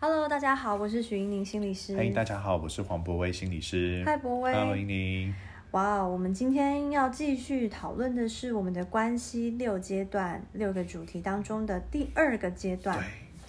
Hello，大家好，我是许英宁心理师。嗨，大家好，我是黄博威心理师。嗨博威 Hello，英宁。哇哦，我们今天要继续讨论的是我们的关系六阶段六个主题当中的第二个阶对段。，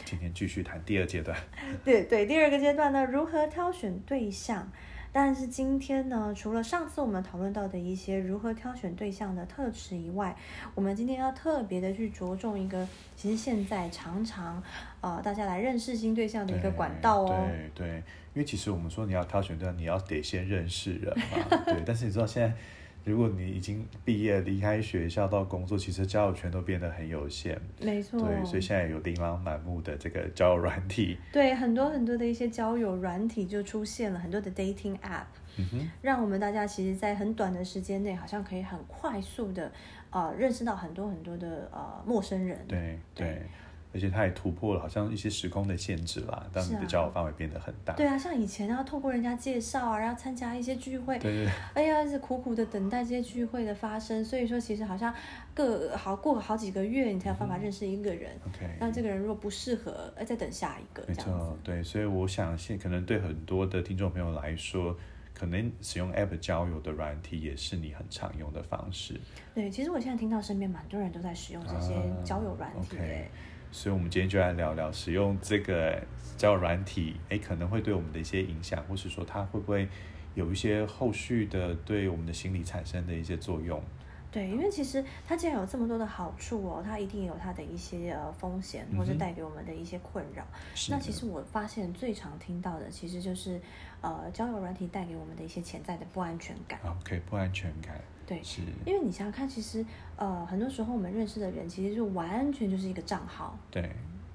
今天继续谈第二阶啊段。对对，第二个阶段呢，如何挑选对象？但是今天呢，除了上次我们讨论到的一些如何挑选对象的特质以外，我们今天要特别的去着重一个，其实现在常常呃大家来认识新对象的一个管道哦。对对，因为其实我们说你要挑选对象，你要得先认识人 嘛。对，但是你知道现在，如果你已经毕业离开学校到工作，其实交友圈都变得很有限。没错。对，所以现在有琳琅满目的这个交友软体。对，很多很多的一些交友软体就出现了很多的 dating app，嗯哼，让我们大家其实，在很短的时间内，好像可以很快速的，呃，认识到很多很多的呃陌生人。对对对，而且它也突破了好像一些时空的限制啦，让是你啊的交友范围变得很大。对啊，像以前要透过人家介绍啊，然后参加一些聚会，对对对。哎呀，一直苦苦的等待这些聚会的发生。所以说，其实好像各好过好几个月，你才有办嗯法认识一个人。 OK。那这个人如果不适合，哎，再等下一个没这样子错。，对，所以我想现可能对很多的听众朋友来说，可能使用 App 交友的软体也是你很常用的方式。对，其实我现在听到身边蛮多人都在使用这些啊交友软体、 OK 哎所以，我们今天就来聊聊使用这个交友软体，诶，可能会对我们的一些影响，或是说它会不会有一些后续的对我们的心理产生的一些作用。对，因为其实它既然有这么多的好处哦，它一定也有它的一些呃风险，或者嗯哼带给我们的一些困扰。是那的其实我发现最常听到的，其实就是呃交友软体带给我们的一些潜在的不安全感。 ，OK，不安全感对，是，因为你想想看，其实呃很多时候我们认识的人，其实就完全就是一个账号。对，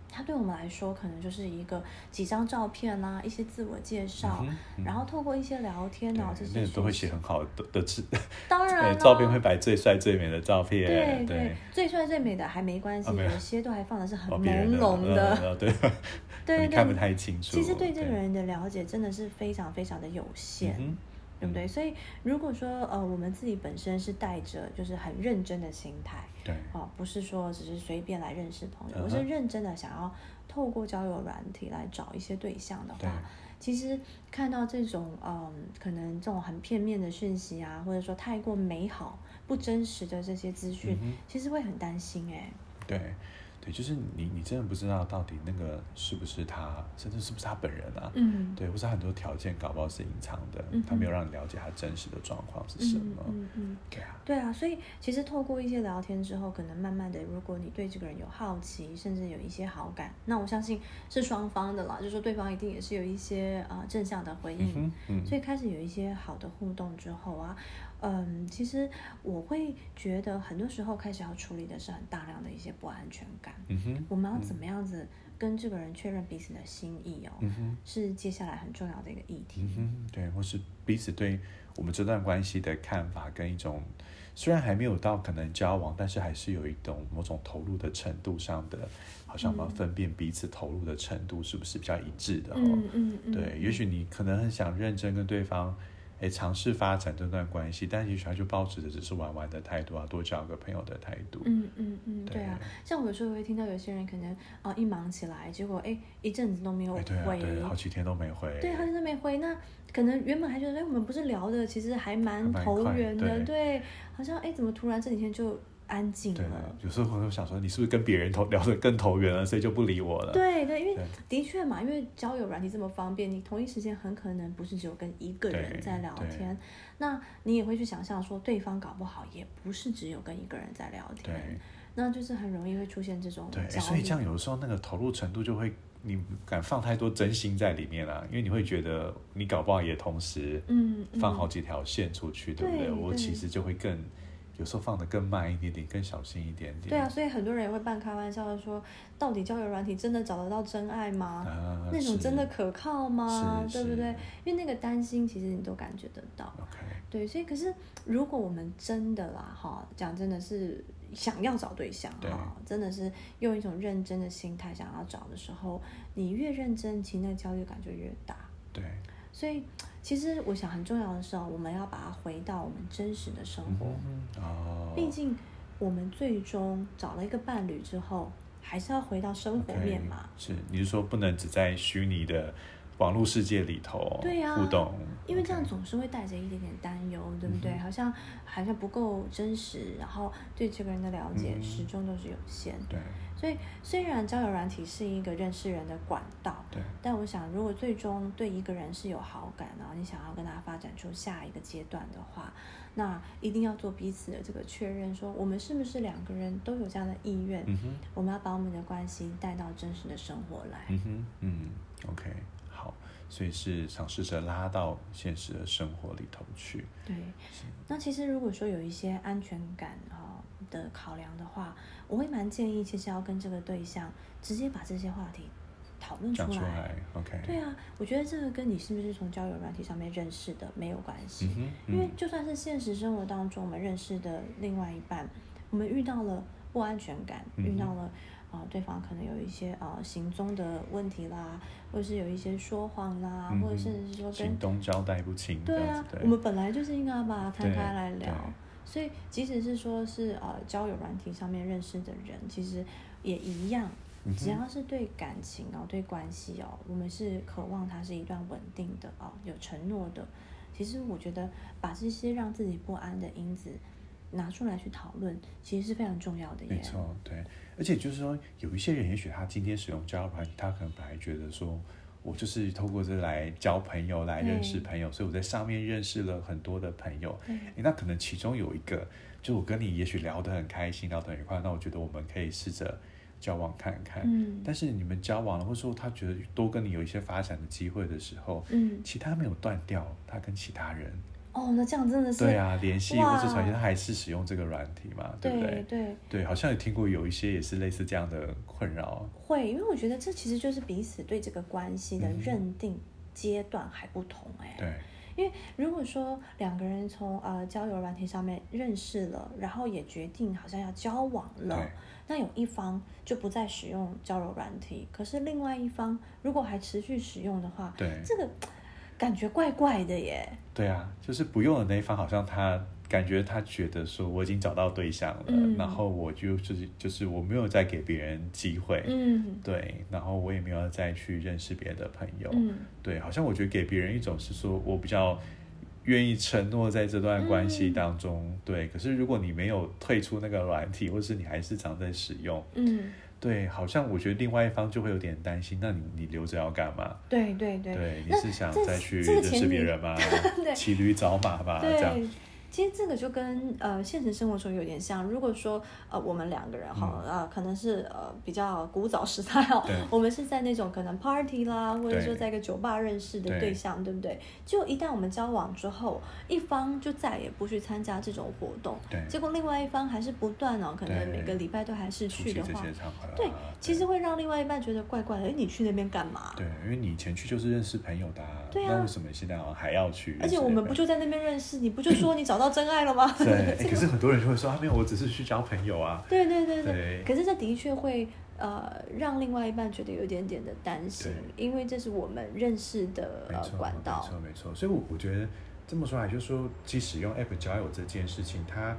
它对我们来说，可能就是一个几张照片啊啦、一些自我介绍，嗯哼然后透过一些聊天对啊，这那些个都会讯写息很好的的字，当然、 呃哦，照片会摆最帅最美的照对片，对，最帅最美的还没关系，啊没有有些都还放的是很哦，别人朦胧的呃的。呃对， 对对哦 你看不太清楚。其实对这个人的了解真的是非常非常的有对，限，嗯对不对？所以如果说呃我们自己本身是带着就是很认真的心态，哼对，哦，不是说只是随便来认识朋友，嗯哼我是认真的想要透过交友软体来找一些对象的对话，其实看到这种嗯，可能这种很片面的讯息啊，或者说太过美好、不真实的这些资讯，嗯哼其实会很担心哎、对对，就是你你真的不知道到底那个是不是他，甚至是不是他本人啊？嗯，对，或是他很多条件搞不好是隐藏的，嗯哼他没有让你了解他真实的状况是什么。嗯嗯嗯对啊，对啊，所以其实透过一些聊天之后，可能慢慢的，如果你对这个人有好奇，甚至有一些好感，那我相信是双方的啦，就是说对方一定也是有一些啊、呃正向的回嗯应，哼，嗯，所以开始有一些好的互动之后啊，嗯，其实我会觉得很多时候开始要处理的是很大量的一些不安全感，嗯哼，我们要怎么样子跟这个人确认彼此的心意哦，嗯哼，是接下来很重要的一个议题嗯。哼，对，或是彼此对我们这段关系的看法跟一种，虽然还没有到可能交往，但是还是有一种某种投入的程度上的，好像我们要分辨彼此投入的程度是不是比较一致的、哦。嗯嗯嗯，对，也许你可能很想认真跟对方，哎，尝试发展这段关系，但也许他就抱持的只是玩玩的态度啊，多交个朋友的态度。嗯嗯嗯，对对啊，像我有时候会听到有些人可能啊、一忙起来，结果哎一阵子都没有哎，回，对啊，对，好几天都没回。对好久都没回，那可能原本还觉得哎我们不是聊的，其实还蛮还蛮投快缘的，对好像哎怎么突然这几天就安静对了？有时候我就想说，你是不是跟别人投聊得更投缘了，所以就不理我了？对对，因为对的确嘛，因为交友软体这么方便，你同一时间很可能不是只有跟一个人对在聊对天，那你也会去想象说，对方搞不好也不是只有跟一个人在聊对天，那就是很容易会出现这种对，哎焦所以虑这。样有的时候那个投入程度就会，你不敢放太多真心在里面啦、啊因为你会觉得你搞不好也同时嗯，嗯放好几条线出去，对不对对？我对其实就会更，有时候放的更慢一点点，更小心一点点。对啊，所以很多人也会半开玩笑的说，到底交友软体真的找得到真爱吗？啊，那种是真的可靠吗？是对不是对？因为那个担心，其实你都感觉得到。 OK，对，所以可是如果我们真的啦，哈，讲真的是想要找对象对哈，真的是用一种认真的心态想要找的时候，你越认真，其实那个焦虑感就越大。对，所以其实我想很重要的是哦，我们要把它回到我们真实的生活。嗯嗯，哦，毕竟我们最终找了一个伴侣之后，还是要回到生活面嘛。 OK，是，你是说不能只在虚拟的网络世界里头对啊呀互动？因为这样 OK 总是会带着一点点担忧，对不对？嗯哼好像好像不够真实，然后对这个人的了解嗯始终都是有限。对所以，虽然交友软体是一个认识人的管道，对但我想，如果最终对一个人是有好感，然后你想要跟他发展出下一个阶段的话，那一定要做彼此的这个确认，说我们是不是两个人都有这样的意愿，嗯哼。我们要把我们的关系带到真实的生活来。嗯哼，嗯，OK，好，所以是想试着拉到现实的生活里头去。对，那其实如果说有一些安全感哈、的考量的话，我会蛮建议，其实要跟这个对象直接把这些话题讨论讲出来，OK。对啊，我觉得这个跟你是不是从交友软体上面认识的没有关系，嗯哼，因为嗯就算是现实生活当中我们认识的另外一半，我们遇到了不安全感，嗯遇到了啊、呃对方可能有一些呃行踪的问题啦，或者是有一些说谎啦，嗯或者哼甚至是说跟行动交代不清，这对样啊子，对我们本来就是应该要把它摊对开来对聊。所以，即使是说是呃交友软体上面认识的人，其实也一样，嗯只要是对感情哦、对关系哦，我们是渴望它是一段稳定的哦、有承诺的。其实我觉得把这些让自己不安的因子拿出来去讨论，其实是非常重要的耶。没错，对，而且就是说，有一些人也许他今天使用交友软体，他可能本来觉得说，我就是透过这来交朋友，来认识对朋友，所以我在上面认识了很多的朋友。对诶那可能其中有一个，就我跟你也许聊得很开心，聊得很愉快，那我觉得我们可以试着交往看看。嗯但是你们交往了，或者说他觉得多跟你有一些发展的机会的时候，嗯，其他没有断掉，他跟其他人，哦，那这样真的是对啊，联系哇或是传讯，他还是使用这个软体嘛，对不对对对，好像也听过有一些也是类似这样的困扰。会，因为我觉得这其实就是彼此对这个关系的认定阶段还不同哎、嗯对，因为如果说两个人从呃交友软体上面认识了，然后也决定好像要交往了对，那有一方就不再使用交友软体，可是另外一方如果还持续使用的话，对这个感觉怪怪的耶。对啊，就是不用的那一方，好像他感觉他觉得说我已经找到对象了，嗯然后我就就是就是我没有再给别人机会，嗯对，然后我也没有再去认识别的朋友，嗯，对，好像我觉得给别人一种是说我比较愿意承诺在这段关系嗯当中，对。可是如果你没有退出那个软体，或是你还是常在使用，嗯，对，好像我觉得另外一方就会有点担心，那你你留着要干嘛？对对对。对，你那是想这再去这个认前识提别人吗 对？骑驴找马吧，啊这样。对，其实这个就跟呃现实生活中有点像。如果说呃我们两个人哈、呃可能是呃比较古早时代哦嗯对，我们是在那种可能 party 啦，或者对说在一个酒吧认识的对对象，对不对？就一旦我们交往之后，一方就再也不去参加这种活动，对结果另外一方还是不断哦，可能对每个礼拜都还是出去席的这话些，场合啊，对，其实会让另外一半觉得怪怪的，哎，你去那边干嘛？对，因为你以前去就是认识朋友的、啊，对啊那为什么现在好像还要去认识而别人？且我们不 就在那边认识，你不就说你找到真爱了吗？ 对、诶哎可是很多人就会说啊，没有，我只是去交朋友啊， 对对对对可是这的确会呃让另外一半觉得有一点点的担心，因为这是我们认识的没呃错，管道没。错，没错。所以我，我觉得这么说来，就是说，即使用 App 交友这件事情，它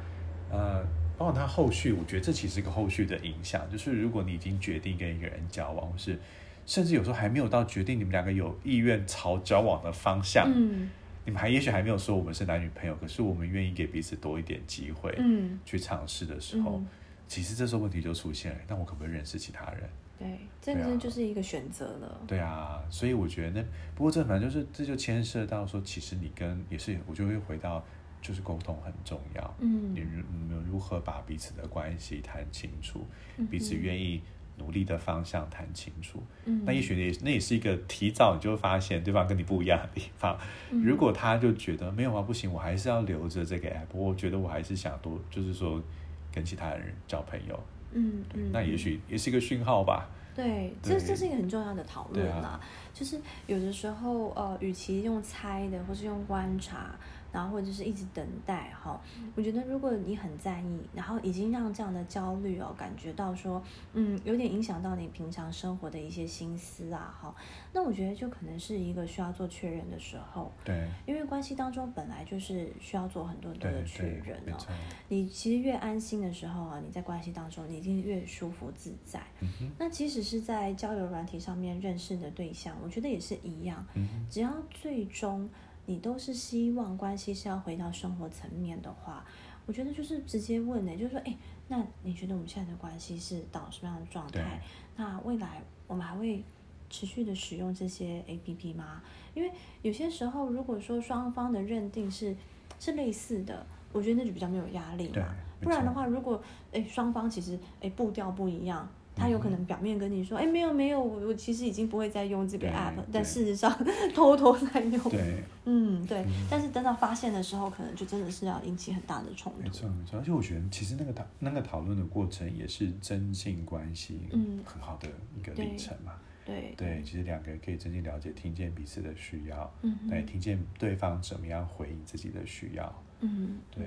呃，包括它后续，我觉得这其实是一个后续的影响。就是如果你已经决定跟一个人交往，或是甚至有时候还没有到决定你们两个有意愿朝交往的方向，嗯你们还也许还没有说我们是男女朋友，可是我们愿意给彼此多一点机会、嗯，去尝试的时候，嗯其实这时候问题就出现了，那我可不可以认识其他人？对，这对啊个就是一个选择了。对啊，所以我觉得那不过这反正就是这就牵涉到说，其实你跟也是我就会回到就是沟通很重要，嗯你如你们如何把彼此的关系谈清楚，嗯彼此愿意努力的方向谈清楚。嗯那也许也那也是一个提早你就会发现对方跟你不一样的地方。嗯如果他就觉得没有啊不行，我还是要留着这个 app，我觉得我还是想多就是说跟其他人交朋友，嗯对，嗯，那也许也是一个讯号吧。对，这对这是一个很重要的讨论对啦。啊就是有的时候，呃，与其用猜的，或是用观察，然后或者是一直等待哈、嗯我觉得如果你很在意，然后已经让这样的焦虑哦感觉到说，嗯，有点影响到你平常生活的一些心思啊哈、那我觉得就可能是一个需要做确认的时候，对因为关系当中本来就是需要做很多很多对的确对认，没哦。错，你其实越安心的时候啊，你在关系当中你一定越舒服自在。嗯哼，那即使是在交友软体上面认识的对象，我觉得也是一样，嗯哼，只要最终你都是希望关系是要回到生活层面的话，我觉得就是直接问呢、就是说，哎，那你觉得我们现在的关系是到什么样的状对态？那未来我们还会持续的使用这些 A P P 吗？因为有些时候，如果说双方的认定是是类似的，我觉得那就比较没有压力对啊嘛。没不然的错话，如果诶双方其实诶步调不一样，他有可嗯能表面跟你说，诶没有没有，我我其实已经不会再用这个对 app，对但事实上 偷偷在用。对。嗯，对。但是等到发现的时候，可能就真的是要引起很大的冲没突。错，没错。而且我觉得，其实那个讨那个讨论的过程也是增进关系，嗯很好的一个对历程嘛。对，对，其实两个人可以增进了解，听见彼此的需要，嗯哼对，听见对方怎么样回应自己的需要，嗯，对，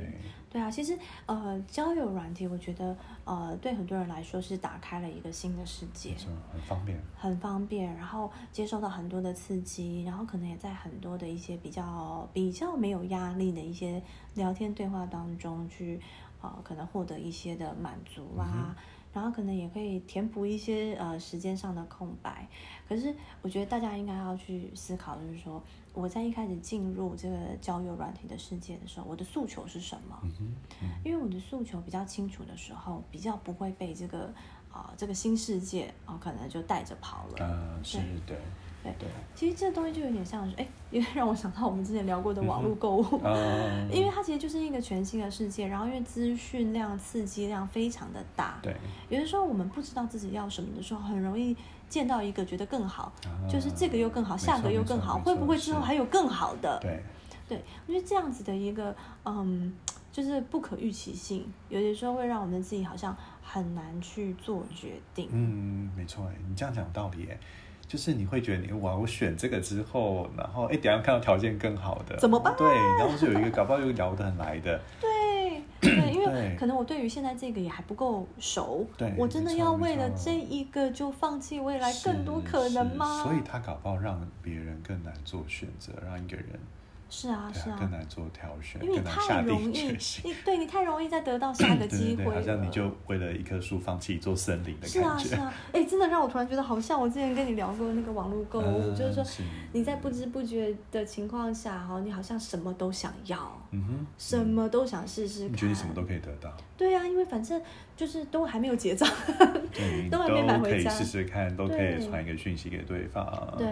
对啊，其实呃，交友软体，我觉得呃，对很多人来说是打开了一个新的世界没。错，很方便。很方便，然后接受到很多的刺激，然后可能也在很多的一些比较比较没有压力的一些聊天对话当中去，呃，可能获得一些的满足啊，然后可能也可以填补一些呃时间上的空白。可是我觉得大家应该要去思考，就是说我在一开始进入这个交友软体的世界的时候，我的诉求是什么？嗯哼，嗯，因为我的诉求比较清楚的时候，比较不会被这个啊、这个新世界啊、可能就带着跑了。啊，是对，对对，其实这东西就有点像是，哎， 也让我想到我们之前聊过的网络购物，嗯 啊，因为它其实就是一个全新的世界，然后因为资讯量、刺激量非常的大，对，有的时候我们不知道自己要什么的时候，很容易见到一个觉得更好，啊就是这个又更好，下个又更好，会不会之后还？有更好的？没错没错没错是对，对，我觉得这样子的一个，嗯，就是不可预期性，有的时候会让我们自己好像很难去做决定。嗯，没错，哎你这样讲有道理，哎，就是你会觉得你哇，我选这个之后，然后哎，等一下看到条件更好的，怎么办对，然后就有一个搞不好又聊得很来的，对对，因对为可能我对于现在这个也还不够熟，对我真的要为了没错这没一个就放弃未来是更多可能是吗？所以他搞不好让别人更难做选择，让一个人是啊对是啊啊更，难做挑选，因为更你难太下容 定易，决心。你对你太容易再得到下一个对机会对对，好了像你就为了一棵树放弃一座森林的是啊感是觉。 啊，哎、真的让我突然觉得好像我之前跟你聊过那个网络购物，嗯就是说是你在不知不觉的情况下，哈，你好像什么都想要，嗯哼，什么都想试试看。你觉得你什么都可以得到，对啊，因为反正就是都还没有结账。对，你都还没买回可以家试试看，都可以对传一个讯息给对方。对，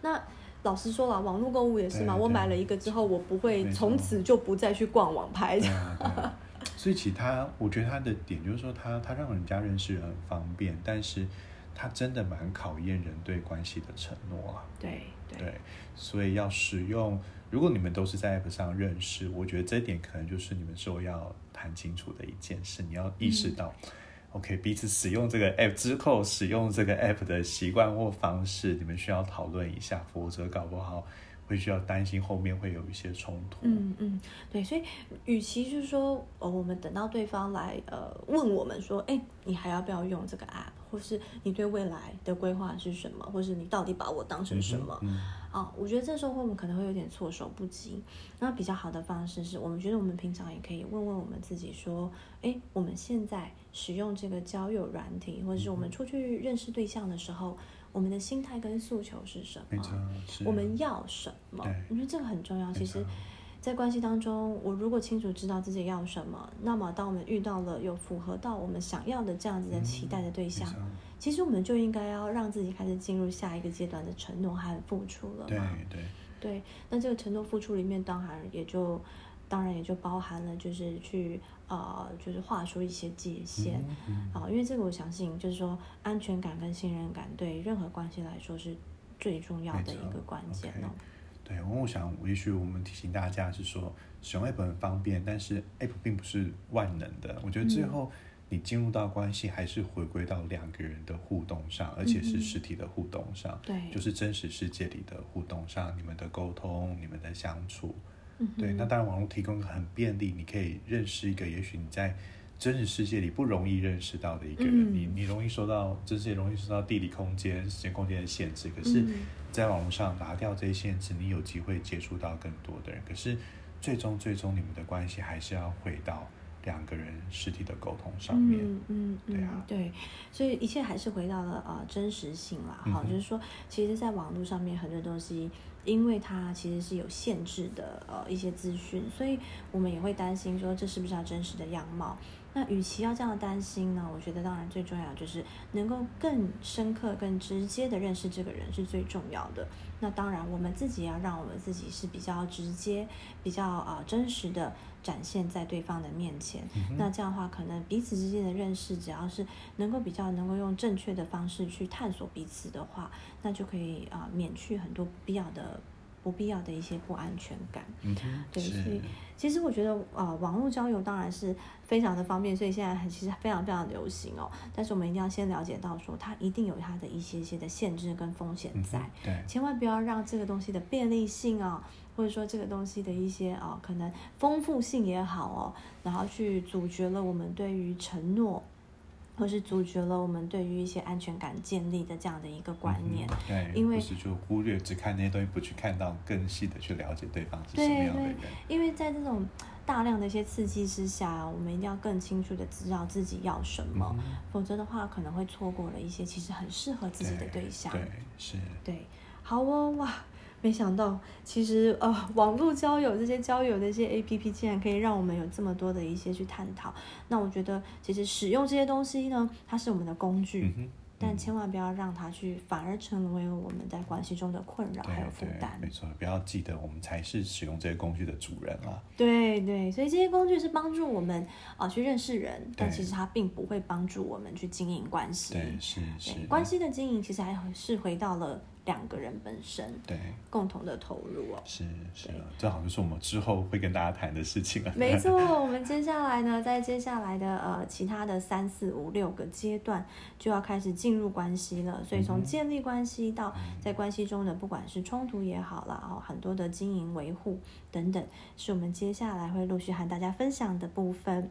那老实说了，网络购物也是嘛，啊对我对啊买了一个之后，我不没会错从此就不再去逛网拍对。啊，对啊。所以其他，我觉得他的点就是说他，他让人家认识很方便，但是他真的蛮考验人对关系的承诺啊。 对对对，所以要使用。如果你们都是在 App 上认识，我觉得这一点可能就是你们说要谈清楚的一件事。你要意识到、o k 彼此使用这个 App 之后，使用这个 App 的习惯或方式，你们需要讨论一下，否则搞不好会需要担心后面会有一些冲突。嗯嗯，对，所以与其就是说，呃，我们等到对方来呃问我们说，哎，你还要不要用这个 app，或是你对未来的规划是什么，或是你到底把我当成什么？嗯啊，我觉得这时候我们可能会有点措手不及。那比较好的方式是我们觉得我们平常也可以问问我们自己说，哎，我们现在使用这个交友软体，或者是我们嗯出去认识对象的时候，我们的心态跟诉求是什没错么？，是啊我们要什么对？我觉得这个很重要。没其实错，在关系当中，我如果清楚知道自己要什么，那么当我们遇到了有符合到我们想要的这样子的期待的对嗯没象，错其实我们就应该要让自己开始进入下一个阶段的承诺和付出了对嘛。对，对，那这个承诺付出里面，当然也就，当然也就包含了就是去呃，就是画出一些界限嗯嗯啊、因为这个我相信就是说安全感跟信任感对任何关系来说是最重要没的错一个关键哦。对，我想，也许我们提醒大家是说，使用 app 很方便，但是 app 并不是万能的。我觉得最嗯后你进入到关系，还是回归到两个人的互动嗯上，而且是实体的互动上，对就是真实世界里的互动上，你们的沟通、你们的相处，嗯对，哼那当然网络提供很便利，你可以认识一个也许你在真实世界里不容易认识到的一个人，嗯你你容易受到真实界容易受到地理空间、时间空间的限制，可是嗯，在网络上拿掉这些限制，你有机会接触到更多的人，可是最终最终你们的关系还是要回到两个人实体的沟通上面。嗯嗯嗯，对啊对所以一切还是回到了呃真实性啦，嗯哈、哼就是说，其实，在网络上面很多东西，因为它其实是有限制的呃一些资讯，所以我们也会担心说这是不是它真实的样貌。那与其要这样的担心呢，我觉得当然最重要就是能够更深刻、更直接的认识这个人是最重要的。那当然，我们自己也要让我们自己是比较直接、比较啊、呃真实的展现在对方的面前。那这样的话，可能彼此之间的认识，只要是能够比较能够用正确的方式去探索彼此的话，那就可以啊、呃免去很多不必要的、不必要的一些不安全感。嗯哼，对，是所以其实我觉得啊、呃网络交友当然是非常的方便，所以现在很其实非常非常流行哦。但是我们一定要先了解到说，它一定有它的一些些的限制跟风险嗯在。哼，对，千万不要让这个东西的便利性啊、或者说这个东西的一些啊、可能丰富性也好哦，然后去阻绝了我们对于承诺，或是阻绝了我们对于一些安全感建立的这样的一个观念。嗯对，因为不是就忽略只看那些东西，不去看到更细的去了解对方是什么对样的对人。，因为在这种大量的一些刺激之下，我们一定要更清楚的知道自己要什么，嗯否则的话可能会错过了一些其实很适合自己的对象。对，是，对，好哦，哇，没想到，其实呃，网络交友这些交友的一些 A P P，竟然可以让我们有这么多的一些去探讨。那我觉得，其实使用这些东西呢，它是我们的工具，嗯哼，但千万不要让它去反而成为我们在关系中的困扰对还有负对，担没。错，不要记得我们才是使用这些工具的主人啊啦。对对，所以这些工具是帮助我们啊、呃去认识人，但对其实它并不会帮助我们去经营关系。对，是是对，，关系的经营其实还是回到了两个人本身对。共同的投入哦。是是啊，这好像是我们之后会跟大家谈的事情 了。没错，我们接下来呢，在接下来的呃其他的三四五六个阶段，就要开始进入关系了。所以从建立关系到在关系中的，不管是冲突也好啦，哦，很多的经营维护等等，是我们接下来会陆续和大家分享的部分。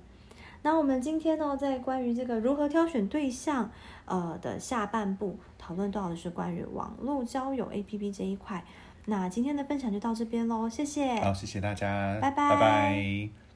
那我们今天呢，在关于这个如何挑选对象，呃的下半部讨论到的是关于网络交友 APP 这一块。那今天的分享就到这边喽，谢谢。好，谢谢大家，拜拜拜拜